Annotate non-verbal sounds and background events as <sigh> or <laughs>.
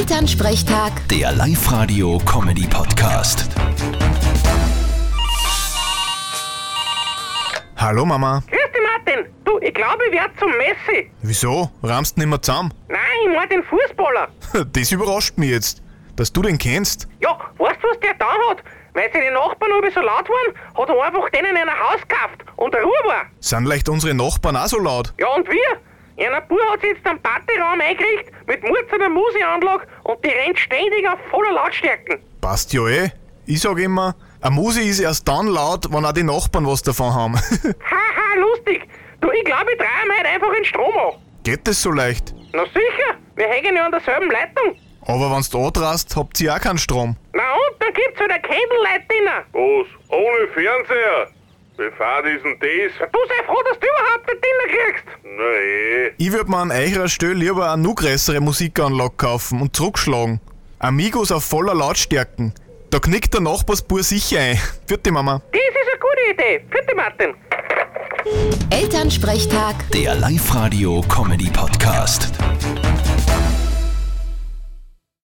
Elternsprechtag, Der Live-Radio-Comedy-Podcast. Hallo Mama. Grüß dich, Martin. Du, ich glaube, ich werde zum Messi. Wieso? Rammst nimmer zusammen? <laughs> Nein, ich meine den Fußballer. Das überrascht mich jetzt, dass du den kennst. Ja, weißt du, was der da hat? Weil seine Nachbarn über so laut waren, hat er einfach denen ein Haus gekauft und der Ruhe war. Sind vielleicht unsere Nachbarn auch so laut? Ja, und wir? Einer Bub hat sich jetzt einen Partyraum eingerichtet mit Murzener Musianlage und die rennt ständig auf voller Lautstärken. Passt ja eh. Ich sag immer, eine Musi ist erst dann laut, wenn auch die Nachbarn was davon haben. <laughs> Haha, lustig. Du, ich glaube, ich drehe mir heute einfach in Strom an. Geht das so leicht? Na sicher, wir hängen ja an derselben Leitung. Aber wenn's du antrast, habt ihr auch keinen Strom. Na und, dann gibt's halt eine Candlelight Dinner. Was? Ohne Fernseher? Befahr diesen Tees? Du sei froh, dass du überhaupt eine Dinner kriegst. Na eh. Ich würd mir an eurer Stelle lieber eine noch größere Musikanlage kaufen und zurückschlagen. Amigos auf voller Lautstärken. Da knickt der Nachbarsbur sicher ein. Vierte Mama. Das ist eine gute Idee. Bitte, Martin. Elternsprechtag. Der Live-Radio-Comedy-Podcast.